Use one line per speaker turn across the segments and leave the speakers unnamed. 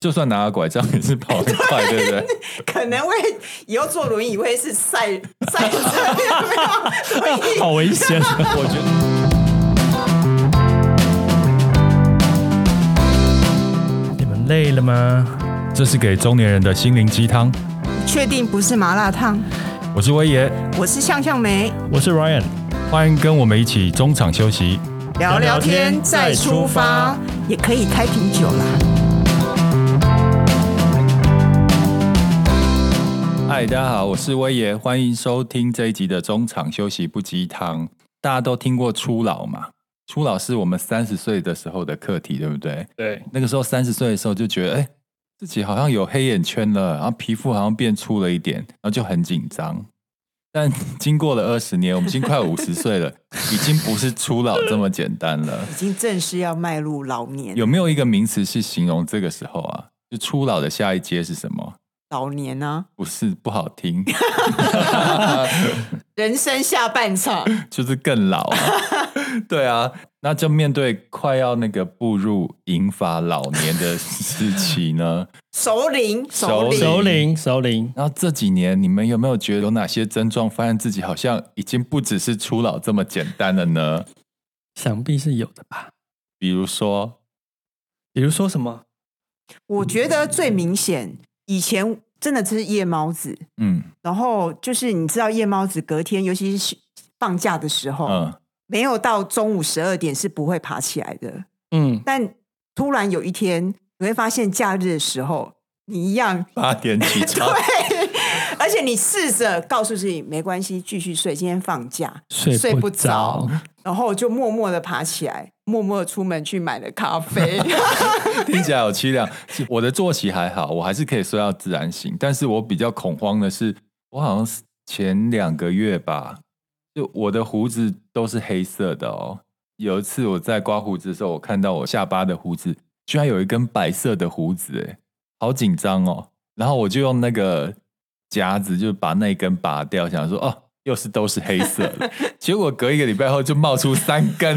就算拿了拐杖也是跑很快，对不对？
可能会以后坐轮椅会是赛赛车，有没有？轮椅
好危险！
我觉得
你们累了吗？
这是给中年人的心灵鸡汤。
确定不是麻辣烫？
我是威爷，
我是向向梅，
我是 Ryan，
欢迎跟我们一起中场休息。
聊聊
聊天
天再
再
出
出
发
发，
也可以开瓶酒啦。
嗨，大家好，我是威爷，欢迎收听这一集的中场休息不鸡汤。大家都听过初老嘛？初老是我们三十岁的时候的课题，对不对？
对，
那个时候三十岁的时候就觉得，哎、自己好像有黑眼圈了，然后皮肤好像变粗了一点，然后就很紧张。但经过了二十年，我们已经快五十岁了，已经不是初老这么简单了。
已经正式要迈入老年，
有没有一个名词是形容这个时候啊？就初老的下一阶是什么？
老年啊，
不是不好听，
人生下半 场，
就是更老、啊。对啊，那就面对快要那个步入银发老年的时期呢？
首领，
首领
领，
首领首领，
然后这几年，你们有没有觉得有哪些症状，发现自己好像已经不只是初老这么简单了呢？
想必是有的吧？
比如说，
比如说什么？
我觉得最明显，以前真的是夜猫子，
嗯
然后就是你知道夜猫子隔天，尤其是放假的时候，
嗯，
没有到中午十二点是不会爬起来的。
嗯，
但突然有一天，你会发现假日的时候，你 一样
八点起床，
对，而且你试着告诉自己没关系，继续睡，今天放假，
睡
不
不着，
然后就默默的爬起来，默默的出门去买了咖啡。
听起来好凄凉。是我的作息还好，我还是可以睡到自然醒，但是我比较恐慌的是，我好像是前两个月吧，就我的胡子都是黑色的哦。有一次我在刮胡子的时候，我看到我下巴的胡子居然有一根白色的胡子，哎，好紧张哦。然后我就用那个夹子就把那一根拔掉，想说哦，又是都是黑色 的。结果隔一个礼拜后就冒出三根，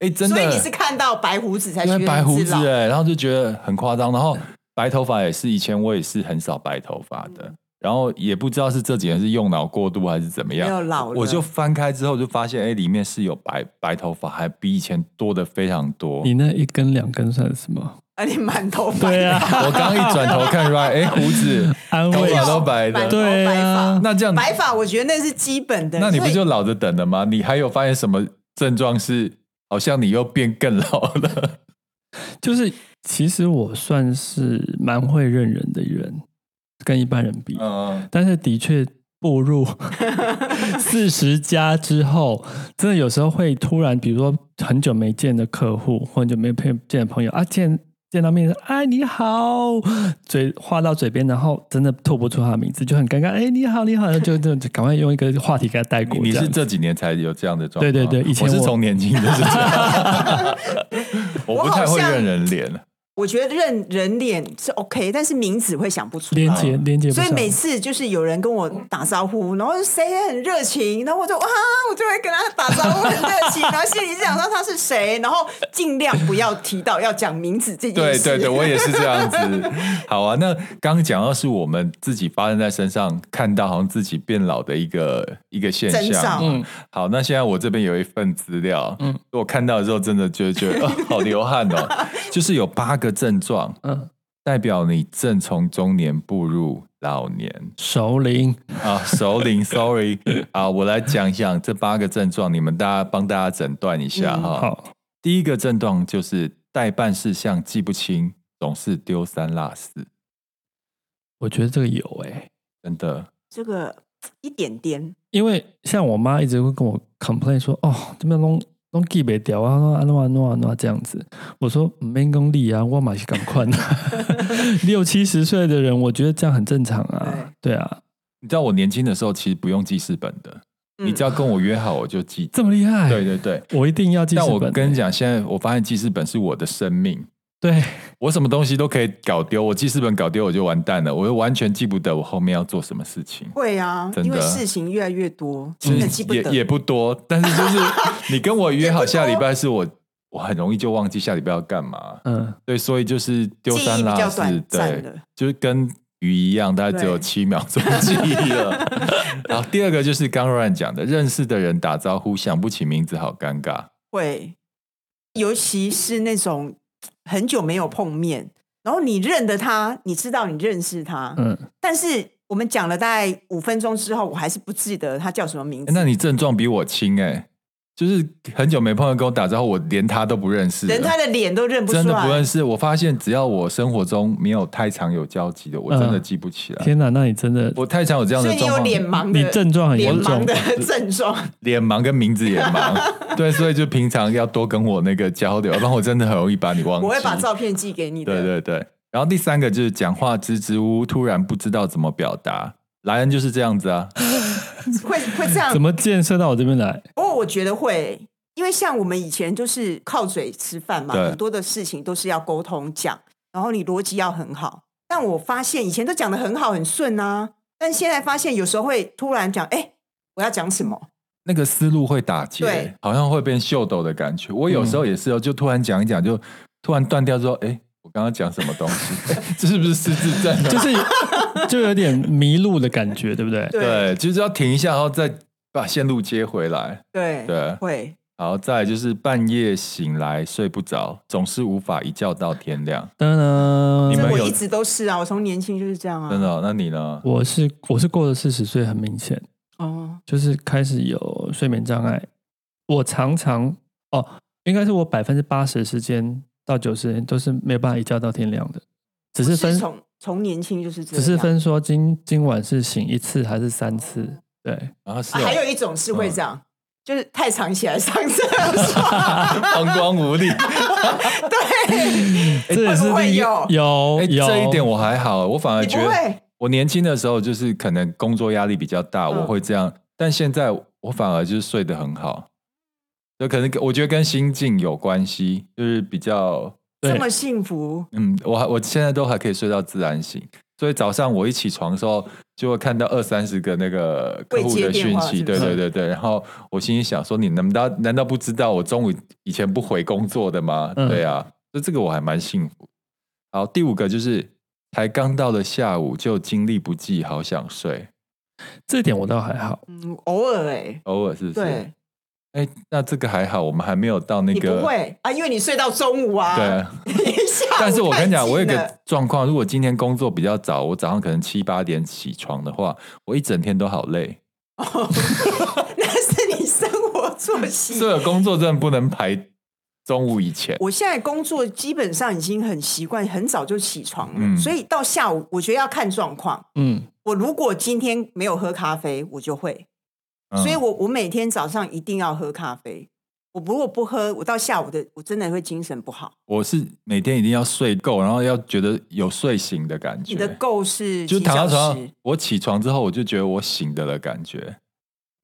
哎， 真的。
所以你是看到白胡子才
因
觉得
为白
你
胡
是
子
老
哎、然后就觉得很夸张。然后白头发也是，以前我也是很少白头发的，
嗯
然后也不知道是这几年是用脑过度还是怎么
没有
样。
老了，
我就翻开之后就发现，哎、里面是有白白头发，还比以前多的非常多。
你那一根两根算什么？
而且满头白，
对啊，
我刚一转头看 right，哎、胡 子
安
头
慰
发都白的
满，头
对
白
啊
发，
那这样，
白发我觉得那是基本的。
那你不
所以
就老着等了吗？你还有发现什么症状是好像你又变更老了？
就是其实我算是蛮会认人的人，跟一般人比，
嗯，
但是的确步 入四十加之后，真的有时候会突然，比如说很久没见的客户，或很久没见见的朋友啊，见见到面，哎你好，嘴话到嘴边，然后真的吐不出他的名字，就很尴尬，哎你好你好，就就就赶快用一个话题给他带过
你你
这
是
样子。
这几年才有这样的状
对
况？
对对以前
我是
我
从年轻就是这 样，我不太会认人脸。
我觉得认人脸是 OK，但是名字会想不出来。
连接连接不
所
上，
以每次就是有人跟我打招呼，然后谁也很热情，然后我就啊，我就会跟他打招呼，很热情，然后心里想说他是谁，然后尽量不要提到要讲名字这件
对
事。
对对，我也是这样子。好啊，那刚刚讲到是我们自己发生在身上看到，好像自己变老的一个一个现
征兆
象。
嗯，
好，那现在我这边有一份资料，嗯
嗯，
我看到的时候真的就觉得、哦、 好流汗哦， 就是有八个症状，
嗯，
代表你正从中年步入老年。
首领
啊，首领，sorry 啊，我来讲一讲这八个症状，你们大家帮大家诊断一下
嗯
哈。
好，
第一个症状就是代办事项记不清，总是丢三落四，
我觉得这个有哎、
真的。
这个一点点，
因为像我妈一直会跟我 complain 说，哦，这边弄弄记不掉啊，弄啊弄啊弄啊弄啊这样子。我说唔免功力啊，我嘛是赶快。六七十岁的人，我觉得这样很正常啊。对啊，
你知道我年轻的时候其实不用记事本的，
嗯
你只要跟我约好我就 记。
这么厉害，
对对对，
我一定要记事
但
本欸。
我跟你讲，现在我发现记事本是我的生命，
对，
我什么东西都可以搞丢，我记事本搞丢我就完蛋了，我就完全记不得我后面要做什么事情。
会啊，
真的
因为事情越来越多，
其
真的
实
嗯记不
也
得。
也不多，但是就是你跟我约好下礼拜是我我很容易就忘记下礼拜要干嘛。
嗯，
对，所以就是丢
记忆
三
比
落
较
四
短，暂
对
的，
就是跟鱼一样，大概只有
对
七秒钟记忆 了。然后第二个就是刚刚 Ryan 讲的，认识的人打招呼想不起名字，好尴尬。
会，尤其是那种很久没有碰面，然后你认得他，你知道你认识他，
嗯，
但是我们讲了大概五分钟之后，我还是不记得他叫什么名
诶
字。
那你症状比我轻哎、就是很久没朋友跟我打招呼，我连他都不认识了，
连他的脸都认不出来，
啊真的不认识。我发现只要我生活中没有太常有交集的，我真的
嗯
记不起来。
天哪，那你真的
我太常有这样
所
的
以你
状
有
况，
脸盲的
你症状很
脸
严
盲
重
的，症 状。
脸盲跟名字也 盲，对，所以就平常要多跟我那个交流，要不然我真的很容易把你忘记。
我会把照片寄给你的。
对对对。然后第三个就是讲话支支吾吾，突然不知道怎么表达。莱恩就是这样子啊，
会会这样
怎。么建设到我这边 来？
不过我觉得会，因为像我们以前就是靠嘴吃饭嘛，
对
很多的事情都是要沟通讲，然后你逻辑要很好。但我发现以前都讲的很好很顺啊，但现在发现有时候会突然讲，哎、我要讲什么？
那个思路会打结
对，
好像会变秀逗的感觉。我有时候也是哦，就突然讲一讲，就突然断掉，说：“哎，我刚刚讲什么东西？ 诶这是不是失智症啊？”
就是就有点迷路的感觉，对不对？
对
对，就是要停一下，然后再把线路接回来。
对
对
会
然后再来就是半夜醒来睡不着，总是无法一觉到天亮。
当然，
你
这
们
我
有
一直都是啊，我从年轻就是这样啊。
真的哦、那你呢？
我是我是过了四十岁，很明显
哦，
就是开始有睡眠障碍。我常常哦，应该是我百分之八十的时间到九十都是没有办法一觉到天亮的，只是分
是从从年轻就是这
只
样。
是分说今今晚是醒一次还是三次。对，
然后是哦嗯
啊、还有一种是会这样，就是太长起来上厕 所。
膀胱无力。
哦
这也是
会不会
另一
有
有
哎，
有
这一点我还好，我反而
你不
觉得
会？
我年轻的时候就是可能工作压力比较大，
嗯
我会这样，但现在我反而就是睡得很好，就可能我觉得跟心境有关系，就是比较
这
对
么幸福，
嗯，我还我现在都还可以睡到自然醒，所以早上我一起床的时候就会看到二三十个那个客
未
户
接
的
电
讯
话
息，
是不
对
是
对对对。然后我心里想说，你难道难道不知道我中午以前不回工作的吗？
嗯
对啊，所以这个我还蛮幸福。好，第五个就是才刚到了下午就精力不济，好想睡，
这点我倒还好。
嗯，偶尔哎、
偶尔是不是？
对，
哎，那这个还好，我们还没有到那
你
个
不会啊，因为你睡到中午啊。
对啊。
你下午太近了，
但是我跟你讲，我有一个状况，如果今天工作比较早，我早上可能七八点起床的话，我一整天都好累。
那是你生活作息。
所以工作真的不能排中午以前。
我现在工作基本上已经很习惯，很早就起床了，
嗯
所以到下午我觉得要看状况。
嗯，
我如果今天没有喝咖啡，我就会，
嗯
所以我我每天早上一定要喝咖啡。我如果不喝，我到下午的我真的会精神不好。
我是每天一定要睡够，然后要觉得有睡醒的感
你的
觉，
够是
就
几
躺到
小
床上
时，
我起床之后我就觉得我醒的了感觉。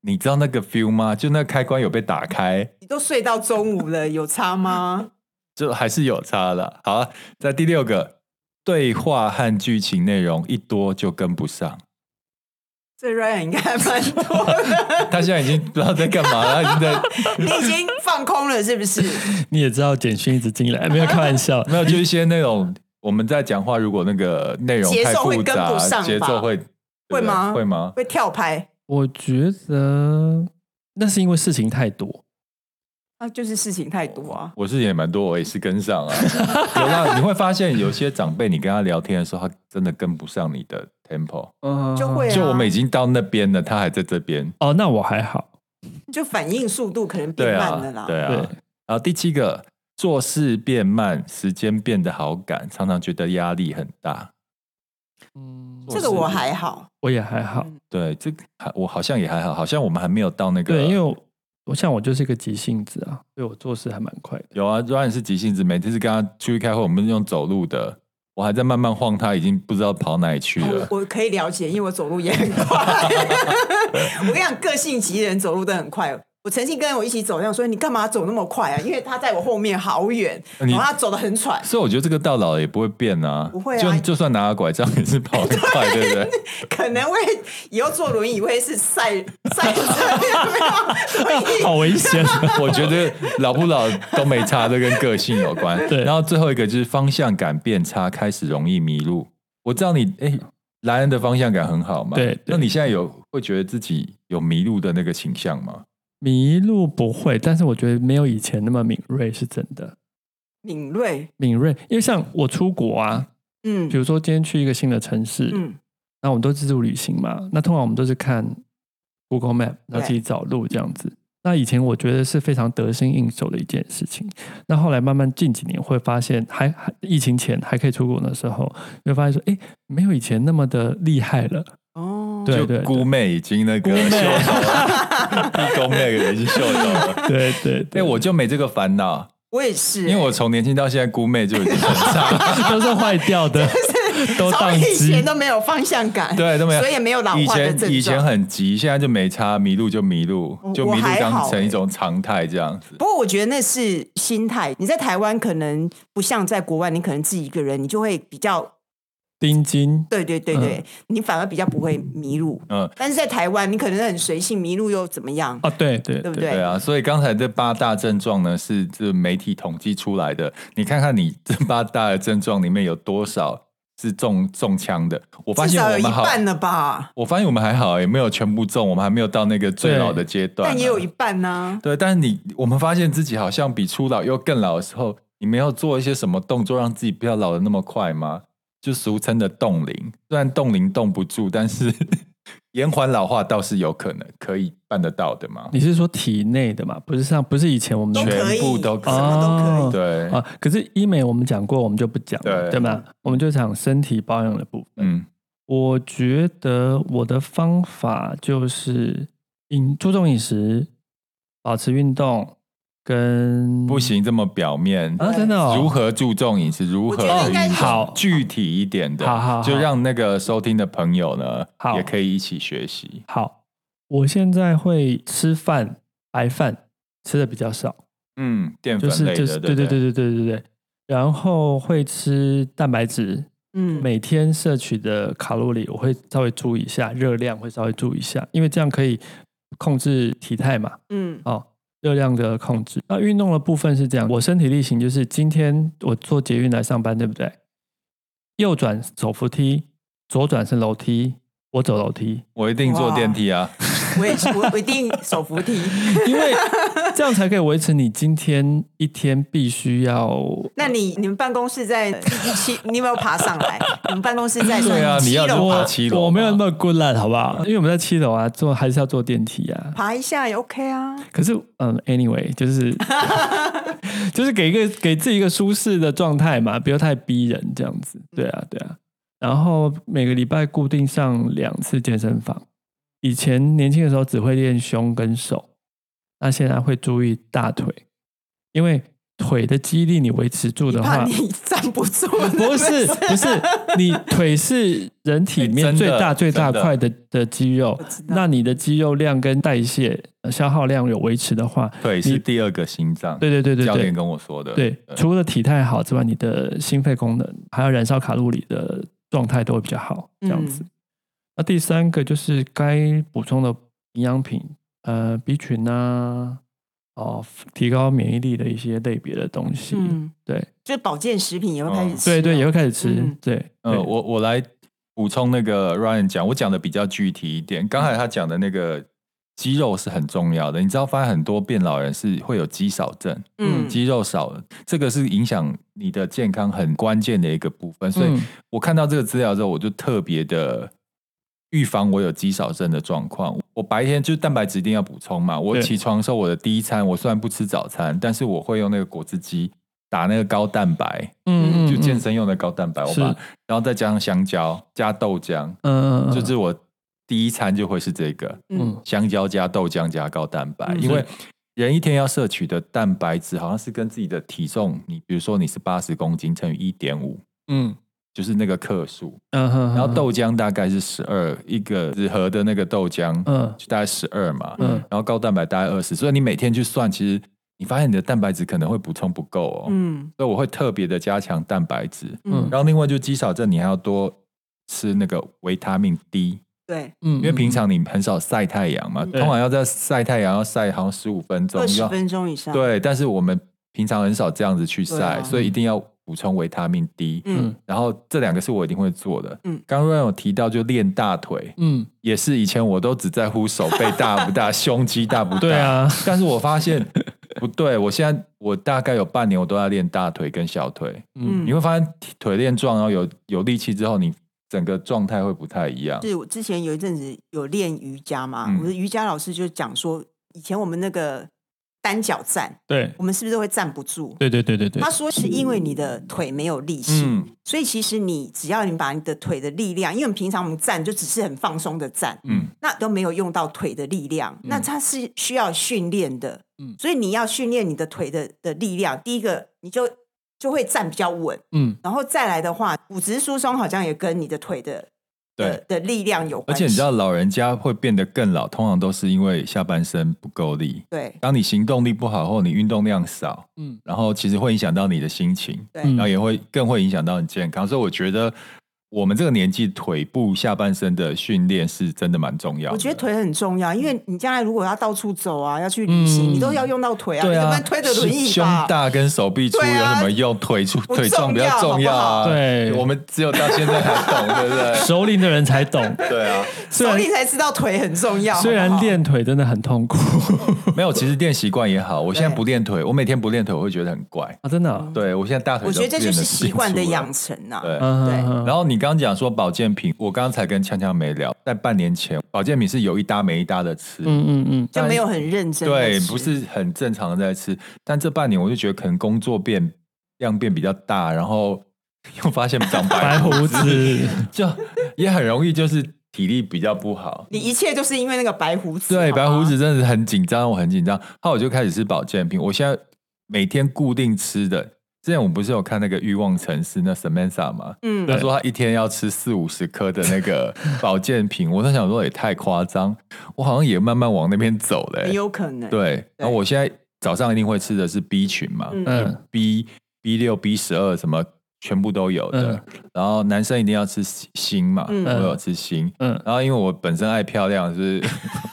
你知道那个 feel 吗？就那开关有被打开，
你都睡到中午了，有差吗？
就还是有差的。好、啊，在第六个，对话和剧情内容一多就跟不上。
这 Ryan 应该还 蛮多的，
他现在已经不知道在干嘛了，他已经在。
你已经放空了是不是？
你也知道简讯一直进来，没有开玩笑
没有，就一些那种我们在讲话，如果那个内容
节
太
奏会
复
跟不
杂，
上
节
吧
奏会对不对
会吗
会吗？
会跳拍，
我觉得那是因为事情太多，
那、啊就是事情太多啊。
我是也蛮多，我也是跟上 啊。有啦，你会发现有些长辈，你跟他聊天的时候，他真的跟不上你的 tempo。
嗯，
就会、啊、
就我们已经到那边了，他还在这边。
哦，那我还好，
就反应速度可能
对
变慢
啊
了啦。，
对啊
对。
然后第七个，做事变慢，时间变得好赶，常常觉得压力很大。
嗯，
这个我还好，嗯
我也还好，
对，这个还我好像也还好，好像我们还没有到那个。
对，因为我我像我就是一个急性子啊，所以我做事还蛮快的。
有啊，Ryan 是急性子，每次跟他出去开会，我们用走路的，我还在慢慢晃他，已经不知道跑哪里去了。
哦
哦
我我可以 了解，因为我走路也很快。我跟你讲，个性急的人走路都很快。我曾经跟我一起走，这样说你干嘛走那么快啊？因为他在我后面好远，
呃你
然后他走得很 喘。
所以我觉得这个到老了也不会变啊，
不会啊
就就算拿个拐杖也是跑得快，对不对？
可能会以后坐轮椅会是赛赛 车，没有轮椅
好危险。
我觉得老不老都没差，这跟个性有关。
对
然后最后一个就是方向感变差，开始容易迷路。我知道你，哎，莱恩的方向感很好嘛，
对对
那你现在有会觉得自己有迷路的那个倾向吗？
迷路不会，但是我觉得没有以前那么敏锐是真的。
敏锐，
敏锐，因为像我出国啊，
嗯
比如说今天去一个新的城市，
嗯，
那我们都自助旅行嘛，那通常我们都是看 Google Map，然后自己找路这样子。那以前我觉得是非常得心应手的一件事情，那后来慢慢近几年会发现还，还疫情前还可以出国的时候，会发现说，哎，没有以前那么的厉害了。
哦，
对对
就姑妹已经那个秀走了， 地宫妹已经秀走 了。
对对
哎，
对，
我就没这个烦恼，
我也是，欸
因为我从年轻到现在，姑妹就已经很差了。
都是坏掉 的，都
从
宕
以前
机。
都没有方向感，
对，都没有，
所以也没 有老
以
化的
前以
症
前
状。
很急，现在就没差，迷路就迷路
我，
就迷
我
路
还好
当成
欸
一种常态这样子。
不过我觉得那是心态，你在台湾可能不像在国外，你可能自己一个人，你就会比较，
钉金，
对对对对，你反而比较不会迷路。
嗯，
但是在台湾，你可能很随性，迷路又怎么样？
哦，对对
对不
对啊，所以刚才这八大症状呢，是这媒体统计出来的。你看看你这八大的症状里面有多少是中中枪的？我发
至
现
少
我
有一
们好，
半了吧？
我发现我们还好，也没有全部中，我们还没有到那个最
对
老的阶段啊、
但也有一半呢、
对，但是你我们发现自己好像比初老又更老的时候，你们要做一些什么动作让自己不要老的那么快吗？就俗称的冻龄，虽然冻龄冻不住，但是 延缓老化倒是有可能可以办得到的嘛。
你是说体内的嘛？不是像不是以前我们
都
的
可以，
全部都可以
什么都可以。
哦
对，
啊，可是医美我们讲过，我们就不讲了，
对
对吗？我们就讲身体保养的部分。
嗯，
我觉得我的方法就是饮注重饮食，保持运动，跟
不行这么表面。
啊，真的、哦、
如何注重饮食？如
我
何
觉得应该
饮食
是
好
具体一点的，
好好好
就让那个收听的朋友呢，
好
也可以一起学习。
好？我现在会吃饭，白饭吃的比较少，
嗯，淀
就
粉
是
类的，
就是
对
对
不对
对对对对对，然后会吃蛋白质，
嗯，
每天摄取的卡路里我会稍微注意一下，热量会稍微注意一下，因为这样可以控制体态嘛。
嗯
哦，热量的控制。那运动的部分是这样，我身体力行就是今天我坐捷运来上班，对不对？右转走扶梯，左转是楼梯，我走楼梯，
我一定坐
哇
电梯啊。
我也是，我我一定手扶梯。
因为这样才可以维持你今天一天必须要。
那你你们办公室在七，你有没有爬上来？你们办公室在
对啊
上
你
七
要
楼
爬
吧
七楼吧嗯
我没有那么 good 烂，好不好？因为我们在七楼啊，坐还是要坐电梯啊。
爬一下也 OK 啊。
可是，嗯，anyway，就是 就是给一个给自己一个舒适的状态嘛，不要太逼人这样
嗯
子。对啊，对啊。然后每个礼拜固定上两次健身房。以前年轻的时候只会练胸跟手，那现在会注意大腿，因为腿的肌力你维持住
你
的
怕
话，
你 站不住，
不 是不是，你腿是人体里
哎
面
真的
最大最大
真的
块的的肌肉
我知，道
那你的肌肉量跟代谢呃消耗量有维持的话，
对，是第二个心脏。
对对对对
教练
对
跟我说的。
对，除了体态好之外，你的心肺功能还有燃烧卡路里的状态都会比较好，
嗯
这样子。那第三个就是该补充的营养品，呃，B 群啊，哦，提高免疫力的一些类别的东西，
嗯，
对
就是保健食品也会开始吃，
对对，也会开始吃，
嗯
对，
呃，
对
我我来补充那个 Ryan 讲，我讲的比较具体一点。刚才他讲的那个肌肉是很重要的，你知道，发现很多变老人是会有肌少症，
嗯
肌肉少，这个是影响你的健康很关键的一个部分。所以
嗯
我看到这个资料之后，我就特别的。预防我有肌少症的状况，我白天就是蛋白质一定要补充嘛。我
对
起床的时候，我的第一餐我虽然不吃早餐，但是我会用那个果汁机打那个高蛋白，
嗯
就健
身，
身用的高蛋白，我
是
把然后再加上香蕉加豆浆，
嗯嗯，嗯
就是我第一餐就会是这个
嗯
香蕉加豆浆加高蛋白，
嗯
因为人一天要摄取的蛋白质好像是跟自己的体重，你比如说你是八十公斤乘以一点五，
嗯
就是那个克数。
嗯哼，
然后
豆，
豆浆大概是十二，一个纸盒的那个豆浆，
嗯
就大概十二嘛。
嗯
然后高蛋白大概二十，所以你每天去算，其实你发现你的蛋白质可能会补充不够哦。
嗯
所以我会特别的加强蛋白质，
嗯
嗯，
然后另外就肌少症，你还要多吃那个维他命 D，
对，
嗯，
因为平常你很少晒太阳嘛，
嗯
通常要在晒太阳要晒好像十五分钟，
二十
要
分钟以上，，
对，但是我们平常很少这样子去
对
晒，
啊
所以一定要补充维他命 D。
嗯
然后这两个是我一定会做的。
嗯
刚刚有提到就练大腿，
嗯，
也是以前我都只在乎手背大不大、胸肌大 不大。
对，啊，
但是我发现不对，我现在我大概有半年我都在练大腿跟小腿，
嗯
你会发现腿练壮，然后有有力气之后，你整个状态会不太一样。
是我之前有一阵子有练瑜伽嘛，
嗯
我的瑜伽老师就讲说，以前我们那个单脚站，
对
我们是不是都会站不住？
对对对对对
他，说是因为你的腿没有力气，
嗯，
所以其实你只要你把你的腿的力量，因为我们平常我们站就只是很放松的站，
嗯
嗯，那都没有用到腿的力量，那它是需要训练的，
嗯
嗯，所以你要训练你的腿的的力量，第一个你就就会站比较稳，
嗯
然后再来的话，骨质疏松好像也跟你的腿的的
对。
的力量有
而
关系，
且你知道，老人家会变得更老，通常都是因为下半身不够力。
对
当你行动力不好后，你运动量少，
嗯
然后其实会影响到你的心情，
对，
嗯
然后也会更会影响到你健康。所以我觉得我们这个年纪，腿部下半身的训练是真的蛮重要的。嗯
我觉得腿很重要，因为你将来如果要到处走啊，要去旅行，
嗯
你都要用到腿啊，
对
你怎
啊，
么推着轮椅
胸
吧？
大跟手臂粗有
对啊
什么用？腿粗
不
腿壮比较重要啊。
重要好不好对
我们只有到现在才懂，对不 对？
熟龄的人才 懂，
对啊，
虽
所
然
以才知道腿很重要。
虽
好
然
不好
练腿真的很痛苦
没有，其实练习惯也好。我现在
对
不练腿，我每天不练腿，我会觉得很怪。
啊，真的啊，
对我现在大腿，
我觉得这就是习惯的养。成啊呐、
对，
嗯
对
嗯，
然后你刚刚讲说保健品，我刚才跟锵锵没聊，在半年前保健品是有一搭没一搭的吃，
嗯嗯嗯，
就没有很认真。
对，不，是很正常的在吃。但这半年我就觉得可能工作变量变比较大，然后又发现长白
白
胡，
胡子，
就也很容易就是体力比较不好。
你一切就是因为那个白胡子。
对，
好吗
白胡子真的是很紧张，我很紧张。后来我就开始吃保健品，我现在每天固定吃的。之前我不是有看那个《欲望城市》那 Samantha 吗？
嗯
他
对
说他一天要吃四五十颗的那个保健品，我在想说也太夸张，我好像也慢慢往那边走嘞、
很有可能。
对，然后我现在早上一定会吃的是 B 群嘛、
嗯，
嗯
b B 六、B 十二什么全部都有的。然后男生一定要吃锌嘛，
嗯
我有吃锌。
嗯
然后因为我本身爱漂亮，就是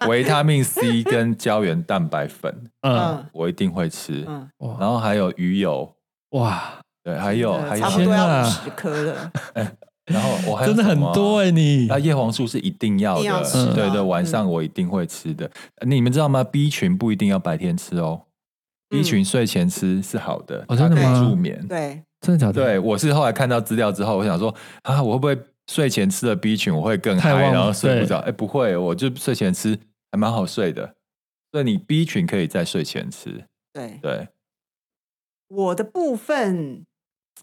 维维他命 C 跟胶原蛋白粉，
嗯，
嗯
我一定会吃。
嗯，
哇
然后还有鱼油，
哇，
对，还有还
呃
有啊
差，不多
天
要
哪
五十颗了。
然后我还有
真的很
什么啊
多哎，你
啊，叶黄素是一定要
一定要
的，
吃啊
对对，
嗯
晚上我一定会吃的。呃你们知道吗？B 群不一定要白天吃哦，B
嗯
群睡前吃是好的，
哦真的
它可以
吗
助眠。
对，
真的假的？
对，我是后来看到资料之后，我想说啊，我会不会睡前吃了 B 群，我会更嗨
太旺，了
然后睡不
对
着？哎，不会，我就睡前吃还蛮好睡的。所以你 B 群可以在睡前吃，
对，
对，
我的部分，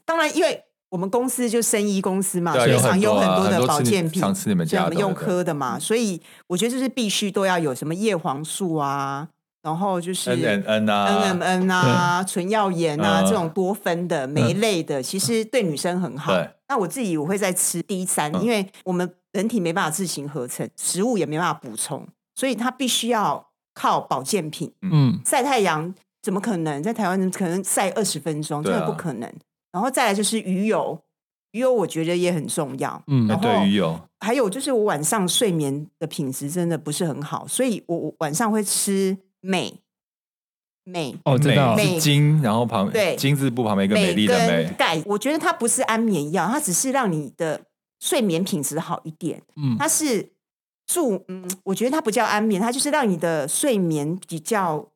当然因为。我们公司就生医公司嘛，
对
所以常
有
有
很多
很
啊
多
很
的
多
保
吃你
健品，
常吃你们
所以
家
我
的嗯
们用科的嘛，所以我觉得就是必须都要有什么叶黄素啊，然后就是
N N N 啊
N M N 啊、纯耀盐啊
嗯
这种多酚的酶类的，其实对女生很好
对。
那我自己我会在吃 D 三，
嗯
因为我们人体没办法自行合成，食物也没办法补充，所以它必须要靠保健品。
嗯
晒太阳怎么可能？在台湾可能晒二十分钟，
对
真
啊
的不可能。然后再来就是鱼油，鱼油我觉得也很重要。
哎
嗯
然后
对鱼油，
还有就是我晚上睡眠的品质真的不是很好，所以我我晚上会吃镁镁。
哦，知道
美
美
是金，然后旁
对
金字部旁边一个美
镁
丽的美
跟，钙，我觉得它不是安眠药，它只是让你的睡眠品质好一点。
嗯
它是助，嗯，我觉得它不叫安眠，它就是让你的睡眠比较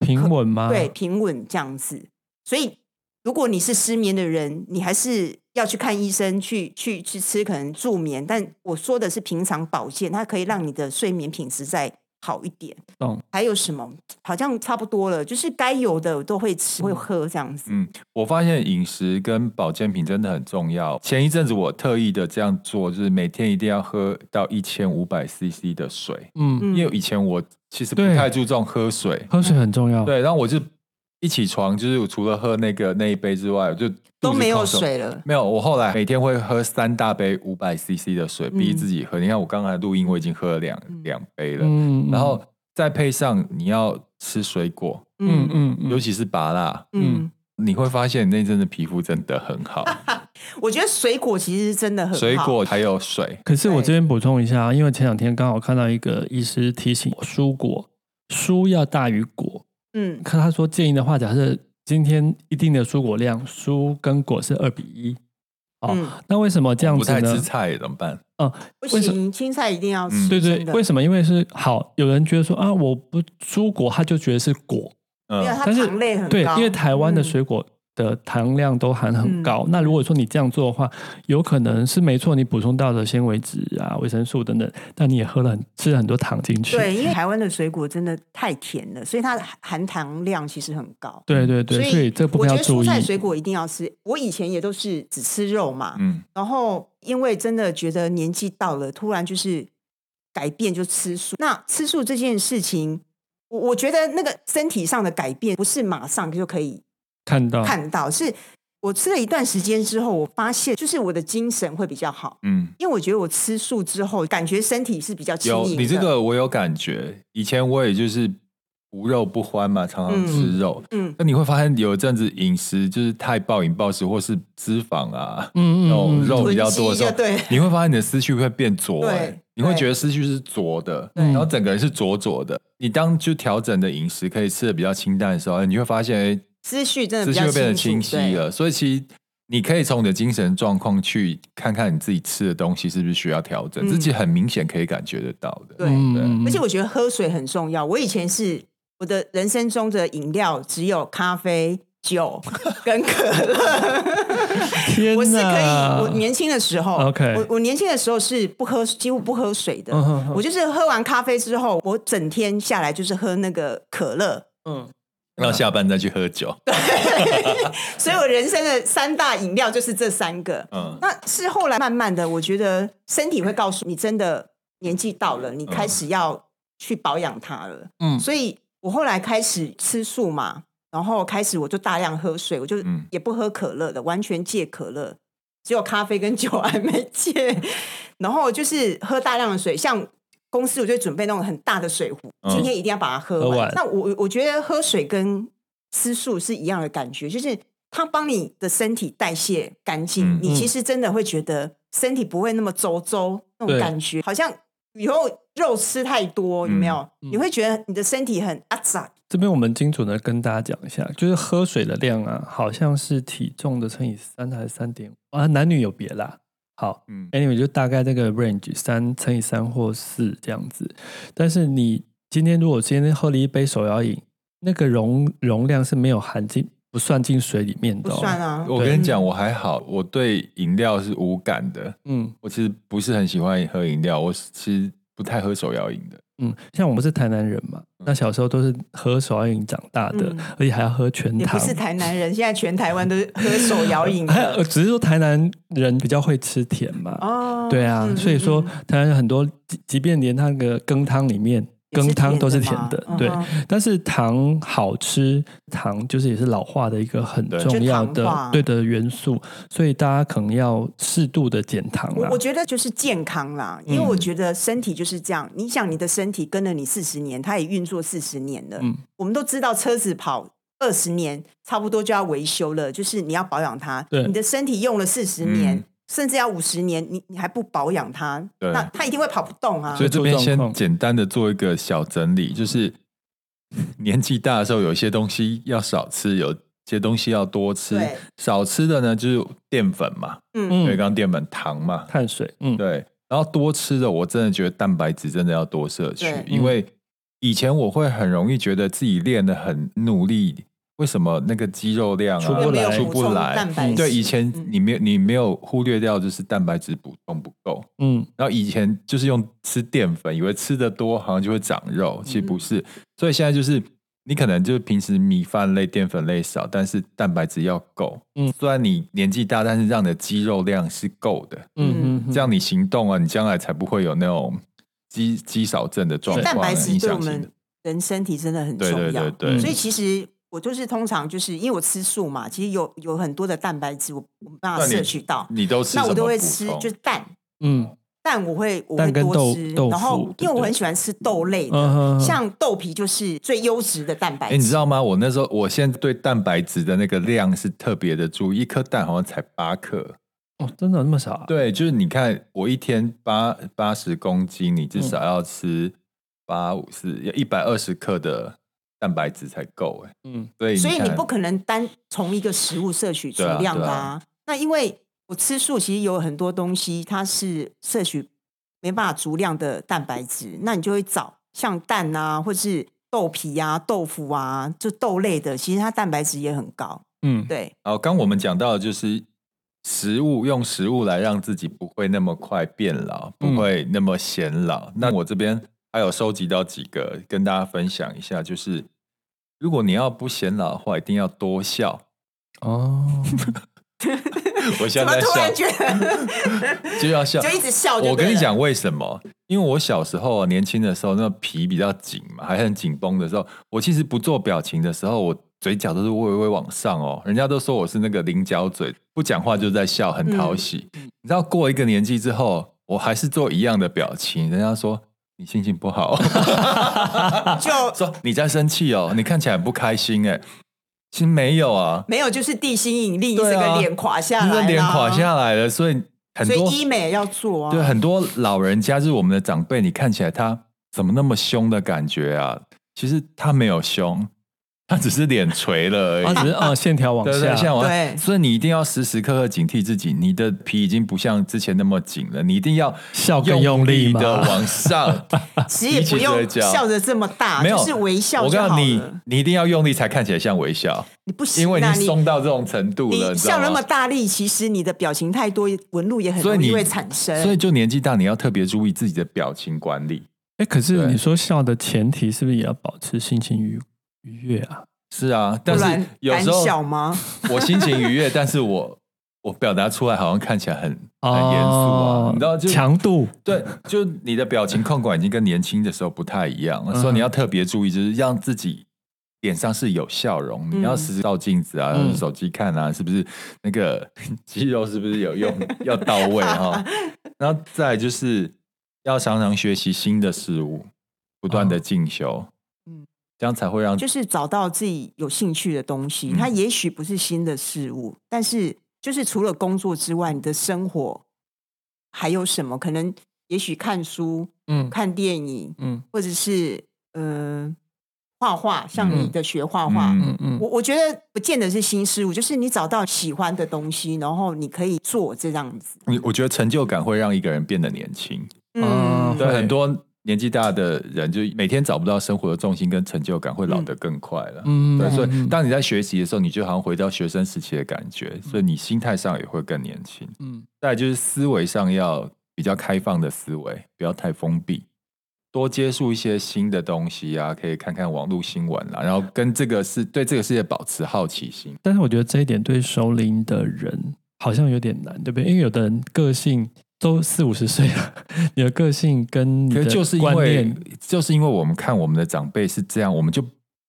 平稳吗？
对，平稳这样子。所以，如果你是失眠的人，你还是要去看医生，去去去吃可能助眠。但我说的是平常保健，它可以让你的睡眠品质再好一点。
懂
还有什么？好像差不多了，就是该有的我都会吃会喝这样子。
嗯，我发现饮食跟保健品真的很重要。前一阵子我特意的这样做，就是每天一定要喝到一千五百 CC 的水，
嗯，
嗯
因为以前我其实不
对
太注重喝水，
喝水很重要。
对，然后我就一起床就是我除了喝那个那一杯之外，我就
都没有
肚子痛痛。
水了。
没有，我后来每天会喝三大杯五百 CC 的水，
嗯
逼自己喝。你看我刚才录音，我已经喝了两
嗯
两杯了，
嗯，
然后再配上你要吃水果，
嗯
嗯
嗯嗯，
尤其是芭乐，
嗯，
你会发现你那阵的皮肤真的很 好，
我觉得水果其实真的很好
水果还有水。
可是我
对
这边补充一下，因为前两天刚好看到一个医师提醒我，蔬果蔬要大于果。
嗯
看他说建议的话，假设今天一定的蔬果量，蔬跟果是二比一。哦，
嗯，
那为什么这样
我不
子
太
呢
吃？菜怎么办？
不
为什
行，青菜一定要
嗯
吃。
对对
真，的
为什么？因为是好，有人觉得说啊，我不蔬果，他就觉得是果。
没有
嗯，
它
但是
糖类很高，
对，因为台湾的
嗯
水果的糖量都含很
嗯
高。那如果说你这样做的话，有可能是没错，你补充到的纤维质啊、维生素等等，但你也喝了很吃了很多糖进去。
对，因为台湾的水果真的太甜了，所以它的含糖量其实很高。
对对对，所以这部
我
分
觉
要
得
注
蔬
意。
菜水果一定要吃。我以前也都是只吃肉嘛，
嗯，
然后因为真的觉得年纪到了，突然就是改变就吃素。那吃素这件事情，我我觉得那个身体上的改变不是马上就可以
看到，
看到，是我吃了一段时间之后，我发现就是我的精神会比较好。
嗯，
因为我觉得我吃素之后，感觉身体是比较轻
有
盈的。
你这，个我有感觉，以前我也就是无肉不欢嘛，常常吃肉。
嗯，
那你会发现有一阵子饮食就是太暴饮暴食，或是脂肪啊，
嗯嗯嗯，
肉肉比较
囤积
多的时候
就对，
你会发现你的思绪会变浊、
对
欸，你会
对
觉得思绪是浊的，
对
然后整个人是浊浊的。你当就调整的饮食可以吃的比较清淡的时候，哎你会发现，哎、
思绪真的
思
比
绪
较
会变得清
清楚
晰。了。所以其实你可以从你的精神状况去看看你自己吃的东西是不是需要调整，
嗯
自己很明显可以感觉得到的。
嗯
对
对
对而且我觉得喝水很重要。我以前是我的人生中的饮料只有咖啡、 酒跟可乐。
天
我是可
哪
以，我年轻的时候
OK
我我年轻的时候是不喝，几乎不喝水的。
嗯哼哼
我就是喝完咖啡之后，我整天下来就是喝那个可乐，
嗯
然后下班再去喝酒，
所以我人生的三大饮料就是这三个。
嗯，
那是后来慢慢的，我觉得身体会告诉你，真的年纪到了，你开始要去保养它了。
嗯
所以我后来开始吃素嘛，然后开始我就大量喝水，我就
嗯
也不喝可乐的，完全戒可乐，只有咖啡跟酒还没戒。然后就是喝大量的水，像公司我就准备那种很大的水壶，
嗯
今天一定要把它喝完。
喝完
那我我觉得喝水跟吃素是一样的感觉，就是它帮你的身体代谢干净，
嗯
你其实真的会觉得身体不会那么皱皱那种
对
感觉，好像以后肉吃太多有没有？
嗯
你会觉得你的身体很啊阿杂，
这边我们精准的跟大家讲一下，就是喝水的量啊，好像是体重的乘以三还是三点五啊，男女有别啦。好，
嗯
嗯，anyway 就大概这个 range 三乘以三或四这样子。但是你今天如果今天喝了一杯手摇饮，那个容容量是没有含进不算进水里面
不
的、哦，
算啊。
我跟你讲，我还好，我对饮料是无感的。
嗯
我其实不是很喜欢喝饮料，我其实不太喝手摇饮的。
嗯，像我们是台南人嘛，那小时候都是喝手摇饮长大的，
嗯
而且还要喝全
也
糖
不。是 台南人，现在全台湾都是喝手摇饮
还有
的
呃只是说台南人比较会吃甜嘛，
哦
对啊，
嗯
所以说
嗯嗯
台湾很多，即即便连那个羹汤里面，
嗯也
羹
是
汤都是甜
甜
的
的，嘛
对
嗯。
但是糖好吃，糖就是也是老化的一个很
对
重要
就糖
的
化
对的元素，所以大家可能要适度的减糖啦
我我。觉得就是健康啦，因为
嗯
我觉得身体就是这样。你想，你的身体跟了你四十年，它也运作四十年了。
嗯
我们都知道，车子跑二十年，差不多就要维修了，就是你要保养它。
对
你的身体用了四十年，
嗯
甚至要五十年，你你还不保养它，
对
那它一定会跑不动啊
所。以这边
出状
先
况
简单的做一个小整理，就是 年纪大的时候，有一些东西要少吃，有些东西要多吃
对。
少吃的呢，就是淀粉嘛，
嗯
因为
嗯，
刚刚淀粉糖嘛，
碳水，嗯，
对。然后多吃的，我真的觉得蛋白质真的要多摄取
对，嗯
因为以前我会很容易觉得自己练得很努力，为什么那个肌肉量
出
啊
不
有没有
来
出
补
不
充
来
蛋？白质？
对，以前
嗯
你没有你没有忽略掉，就是蛋白质补充不够。
嗯，
然后以前就是用吃淀粉，以为吃的多好像就会长肉，其实
嗯
不是。所以现在就是你可能就是平时米饭类、淀粉类少，但是蛋白质要够。嗯
嗯，
虽然你年纪大，但是让你的肌肉量是够的，
嗯嗯，
这样你行动啊，你将来才不会有那种肌肌少症的状
其实
况啊
蛋白质
影
对
响
我
性
们
的。
人身体真的很重
对嗯
要。嗯
对对对，
所以其实我就是通常就是因为我吃素嘛，其实有有很多的蛋白质我我没办
那
法
你
摄取到，
你都吃什
那
么
我都会
补
吃
充
就是蛋，
嗯
蛋我会我
蛋
会
跟豆
多吃，
豆
然
腐
后
对
因为
不
我
对
很喜欢吃豆类的，
嗯哼哼
像豆皮就是最优质的蛋白
哎、
质。
你知道吗？我那时候，我现在对蛋白质的那个量是特别的注意，一颗蛋好像才八克。
哦，真的有那么少、啊？
对，就是你看，我一天八八十公斤，你至
嗯
少要吃八五四，要一百二十克的蛋白质才够。哎，
嗯，
所以
所以你
看
不可能单从一个食物摄取足
对啊
量
对
的
啊
那因为我吃素，其实有很多东西它是摄取没办法足量的蛋白质，那你就会找像蛋啊，或是豆皮啊、豆腐啊，就豆类的，其实它蛋白质也很高。
嗯，
对，
好，哦刚我们讲到的就是食物，用食物来让自己不会那么快变老，
嗯
不会那么显老。那我这边还有收集到几个跟大家分享一下，就是如果你要不显老的话，一定要多笑。
哦，
我
怎
现
么
在在
突
笑，
然觉 得
就要笑
就。一直笑哦就对了？
我跟你讲为什么？因为我小时候啊年轻的时候，那皮比较紧嘛，还很紧绷的时候，我其实不做表情的时候，我嘴角都是微微往上哦。人家都说我是那个菱角嘴，不讲话就在笑，很
嗯
讨喜。你知道过一个年纪之后，我还是做一样的表情，人家说你心情不好，
就
说你在生气哦，你看起来很不开心哎。其实没有啊，
没有，就是地心引力，这
对啊
个脸垮下
你
来
的
啦，
脸垮下来了，所以很
所以
多
医美也要做啊。
哦
对，很多老人家就是我们的长辈，你看起来他怎么那么凶的感觉啊？其实他没有凶，他只是脸垂了而已。
啊，只是哦，线条往
对对
下，
对，像我
对
所以你一定要时时刻刻警惕自己，你的皮已经不像之前那么紧了，你一定要
笑更用力
力
嘛
的往 上，
其实也不
啊一
用
起嘴角
笑得这么大，
没有
就是微笑
我
就
告诉
好
你
了。，
你一定要用力才看起来像微笑，
你不行
因为
啊，
你
你
松到这种程度了，
你
你知道
笑那
吗
么大力，其实你的表情太多，纹路也很
所以
容易
你
会产生。
所以就年纪大，你要特别注意自己的表情管理。
哎，可是
对
你说笑的前提是不是也要保持心情愉愉悦啊？
是啊，但
不
是
然
有时候
胆小吗？
我心情愉悦，但是我我表达出来好像看起来很很严肃啊，
哦
你知道就
强度，
对，就你的表情控管已经跟年轻的时候不太一样了，
嗯哼
所以你要特别注意，就是让自己脸上是有笑容，
嗯
你要时时照镜子啊，
嗯
手机看啊，是不是那个 肌肉是不是有用要到位哈、然后再来就是要常常学习新的事物，不断的进修，嗯
嗯，
这样才会让
就是找到自己有兴趣的东西，
嗯
它也许不是新的事物，但是就是除了工作之外，你的生活还有什么？可能也许看书、
嗯
看电影，
嗯
或者是呃画画，像你
嗯
的学画画，
嗯
嗯嗯
我我觉得不见得是新事物，就是你找到喜欢的东西，然后你可以做这样子。
你，我觉得成就感会让一个人变得年轻。
嗯
哦
对，
会
很多年纪大的人就每天找不到生活的重心跟成就感，会老得更快了。
嗯，
对，所以
嗯
当你在学习的时候，你就好像回到学生时期的感觉，所以你心态上也会更年轻。
嗯
再来就是思维上要比较开放的思维，不要太封闭，多接触一些新的东西啊，可以看看网络新闻啦，然后跟这个世对这个世界保持好奇心。
但是我觉得这一点对熟龄的人好像有点难，对不对？因为有的人个性都四五十岁了，你的个性跟你
可
的
是就是因
观
为
念，
就是因为我们看我们的长辈是这样，我们就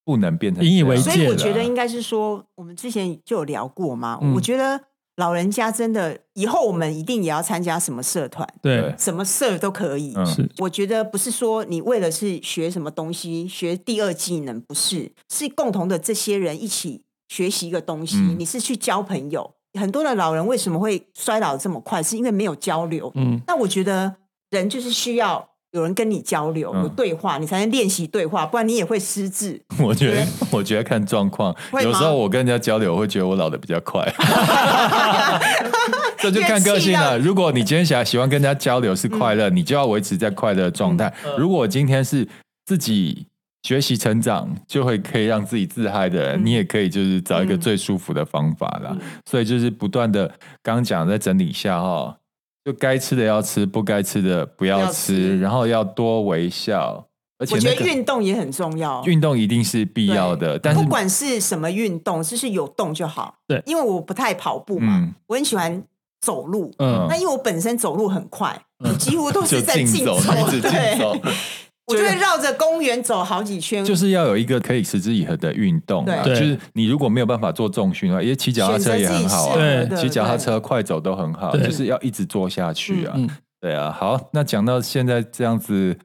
不能变成
引以
这样
为
所
戒
以我
了
觉得应该是说，我们之前就有聊过嘛。
嗯
我觉得老人家真的以后我们一定也要参加什么社团，
对
对，什
什么社都可以。
嗯
是
我觉得不是说你为了是学什么东西，学第二技能，不是，是共同的这些人一起学习一个东西，
嗯
你是去交朋友。很多的老人为什么会衰老这么快，是因为没有交流，
嗯
那我觉得人就是需要有人跟你交流、
嗯
有对话，你才能练习对话，不然你也会失智。
我觉得，我觉得看状况，
会
有
吗
时候我跟人家交流，我会觉得我老的比较快， 这就看个性了。
越嗯
如果你今天想喜欢跟人家交流是快乐，你就要维持在快乐的状态。如果今天是自己学习成长，就会可以让自己自嗨的人，
嗯
你也可以就是找一个
嗯
最舒服的方法啦。所以就是不断的，刚刚讲再整理一下哈、就该吃的要吃，不该吃的不
不
要
要
吃，
吃
然后要多微笑，而且
我觉
那
得
个
运动也很重要，
运动一定是必要的，但是
不管是什么运动，就是有动就好。
对
因为我不太跑步嘛，
嗯
我很喜欢走路。
嗯
那因为我本身走路很快，
嗯
我几乎都
就是
在
竞
竞
走，
走，
一直竞
对
走，
我就会绕着公园走好几圈。
就是要有一个可以持之以恒的运动、啊，
对
就是你如果没有办法做重训的话，因为骑脚踏车也很好啊，
对
骑脚踏车、快走都很好，
对
就是要一直做下去啊。
嗯嗯
对啊，好，那讲到现在这样子，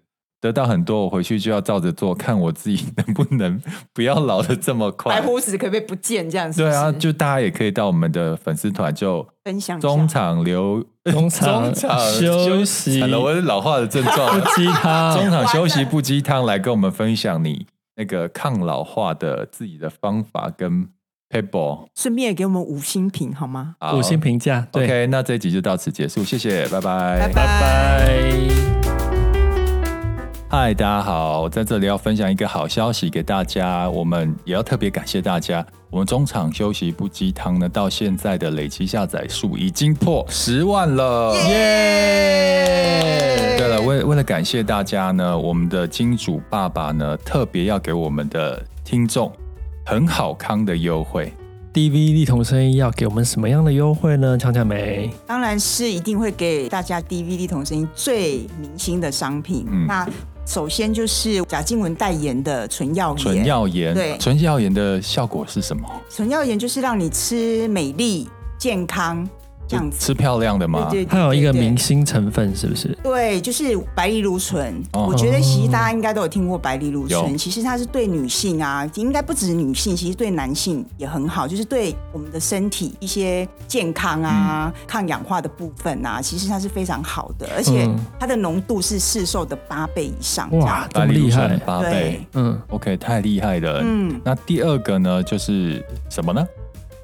得到很多，我回去就要照着做，看我自己能不能不要老的这么快
白。胡子可不可以不见这样子？
对啊，就大家也可以到我们的粉丝团，就
分享一下
中场留
中场
嗯中场
休息，
惨了， 我是老化的症状啊
不
了。
鸡
中
汤，
场休息不鸡汤，来跟我们分享你那个抗老化的自己的方法跟 paper。
顺便也给我们五星评好吗？
好
五星评价，对，
OK，那这一集就到此结束，谢谢，拜哎拜。
拜
拜拜。
嗨，大家好，在这里要分享一个好消息给大家，我们也要特别感谢大家。我们中场休息不鸡汤呢，到现在的累积下载数已经破十万了，耶！对了，为为了感谢大家呢，我们的金主爸爸呢，特别要给我们的听众很好康的优惠。
DV 力同声音要给我们什么样的优惠呢？强强梅，
当然是一定会给大家 DVD 同声音最明星的商品。
嗯
那首先就是贾静雯代言的纯耀颜，
纯耀颜，
对
纯耀颜的效果是什么？
纯耀颜就是让你吃美丽健康这样子。
吃漂亮的吗？
对对对
它有一个
对
明星成分，是不是？
对，就是白藜芦醇。
哦
我觉得其实大家应该都有听过白藜芦
有
醇，其实它是对女性啊，应该不止女性，其实对男性也很好，就是对我们的身体一些健康啊、
嗯
抗氧化的部分啊，其实它是非常好的，而且
嗯
它的浓度是市售的八倍以上。这
哇
样，
这么厉
白藜芦醇
害！
八倍
对。
嗯，
OK，太厉害了。
嗯
那第二个呢，就是什么呢？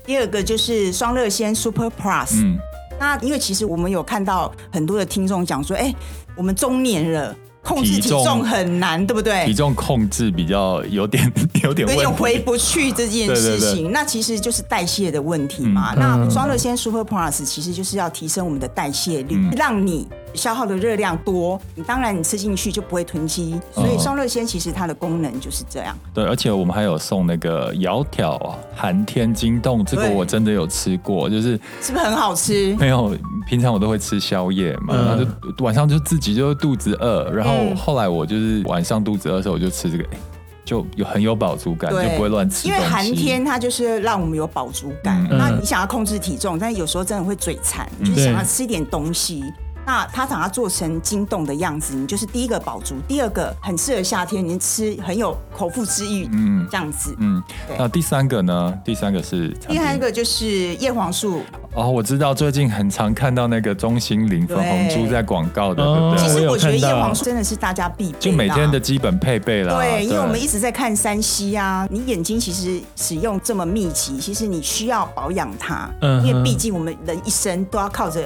第二个就是双热纤 Super Plus，、
嗯，
那因为其实我们有看到很多的听众讲说，哎、我们中年了，控制
体
体
重
重很难，对不对？
体重控制比较有点 有点
有
问
点
题，
回不去这件事
对
情，
对
那其实就是代谢的问题嘛。
嗯
那
嗯
双热纤 Super Plus 其实就是要提升我们的代谢率，
嗯
让你消耗的热量多，你当然你吃进去就不会囤积。所以
嗯
双热纤其实它的功能就是这样。
对，而且我们还有送那个窈窕啊，寒天金冻，这个
对
我真的有吃过，就是
是不是很好 吃？
没有平常我都会吃宵夜嘛，
嗯
然后就晚上就自己就肚子饿，然后
嗯
后来我就是晚上肚子饿的时候我就吃这个，哎就有很有饱足感，就
对
不会乱吃
因
东西。
为寒天它就是让我们有饱足感，
嗯
那你想要控制体重，但是有时候真的会嘴馋，
嗯
就是想要吃一点东西。那它把它做成惊动的样子，你就是第一个饱足，第二个很适合夏天，你吃很有口腹之欲，
嗯
这样子。
嗯，
对
那第三个呢？第三个是产
第三
品
个就是叶黄素，
哦，我知道最近很常看到那个中心灵粉红猪
对嗯
在广告的，对
哦
不
其
对？
实我觉得
我
叶
有看到
黄素真的是大家必备啦
就每天的啊基本配备啦。
对，因为我们一直在看山西啊，你眼睛其实使用这么密集，其实你需要保养它，
嗯哼
因为毕竟我们人一生都要靠着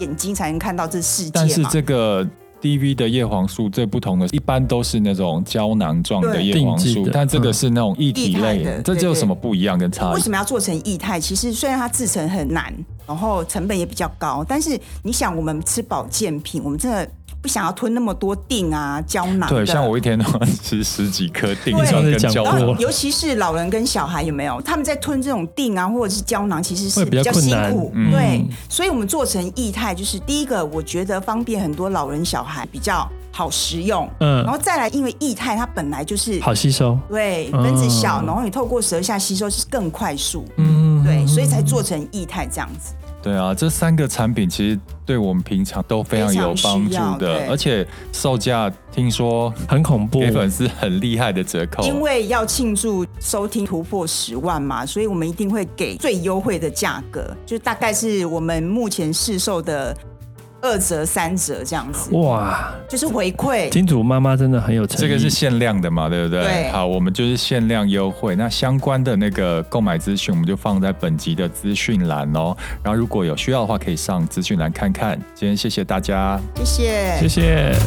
眼睛才能看到这世界嘛。
但是这个 DV 的叶黄素最不同的，一般都是那种胶囊状的叶黄
对定
素
制，的
但这个是那种液体类
液态
的，
的
这就有什么不一样跟差
为
异？
什么要做成液态？其实虽然它制成很难，然后成本也比较高，但是你想，我们吃保健品，我们真的不想要吞那么多锭啊、胶囊的。
对，像我一天都要吃十几颗定
对
妆跟胶
上次
然
讲
囊
后
过，
尤其是老人跟小孩，有没有？他们在吞这种锭啊，或者是胶囊，其实是
会比较困
辛
难
苦。
嗯
对，所以我们做成液态，就是第一个，我觉得方便很多老人小孩比较好食用。
嗯
然后再来，因为液态它本来就是
好吸收。
对
嗯
分子小，然后你透过舌下吸收是更快速。
嗯，
对，所以才做成液态这样子。
对啊，这三个产品其实对我们平常都非常有帮助
非常需要
的
对，
而且售价听说
很恐怖
给。粉丝很厉害的折扣。
因为要庆祝收听突破十万嘛，所以我们一定会给最优惠的价格，就大概是我们目前市售的二折、三折这样子，
哇，
就是回馈。
金主妈妈真的很有诚意。
这个是限量的嘛，对不对？
对
好，我们就是限量优惠。那相关的那个购买资讯，我们就放在本集的资讯栏哦。然后如果有需要的话，可以上资讯栏看看。今天谢谢大家，
谢谢
谢谢。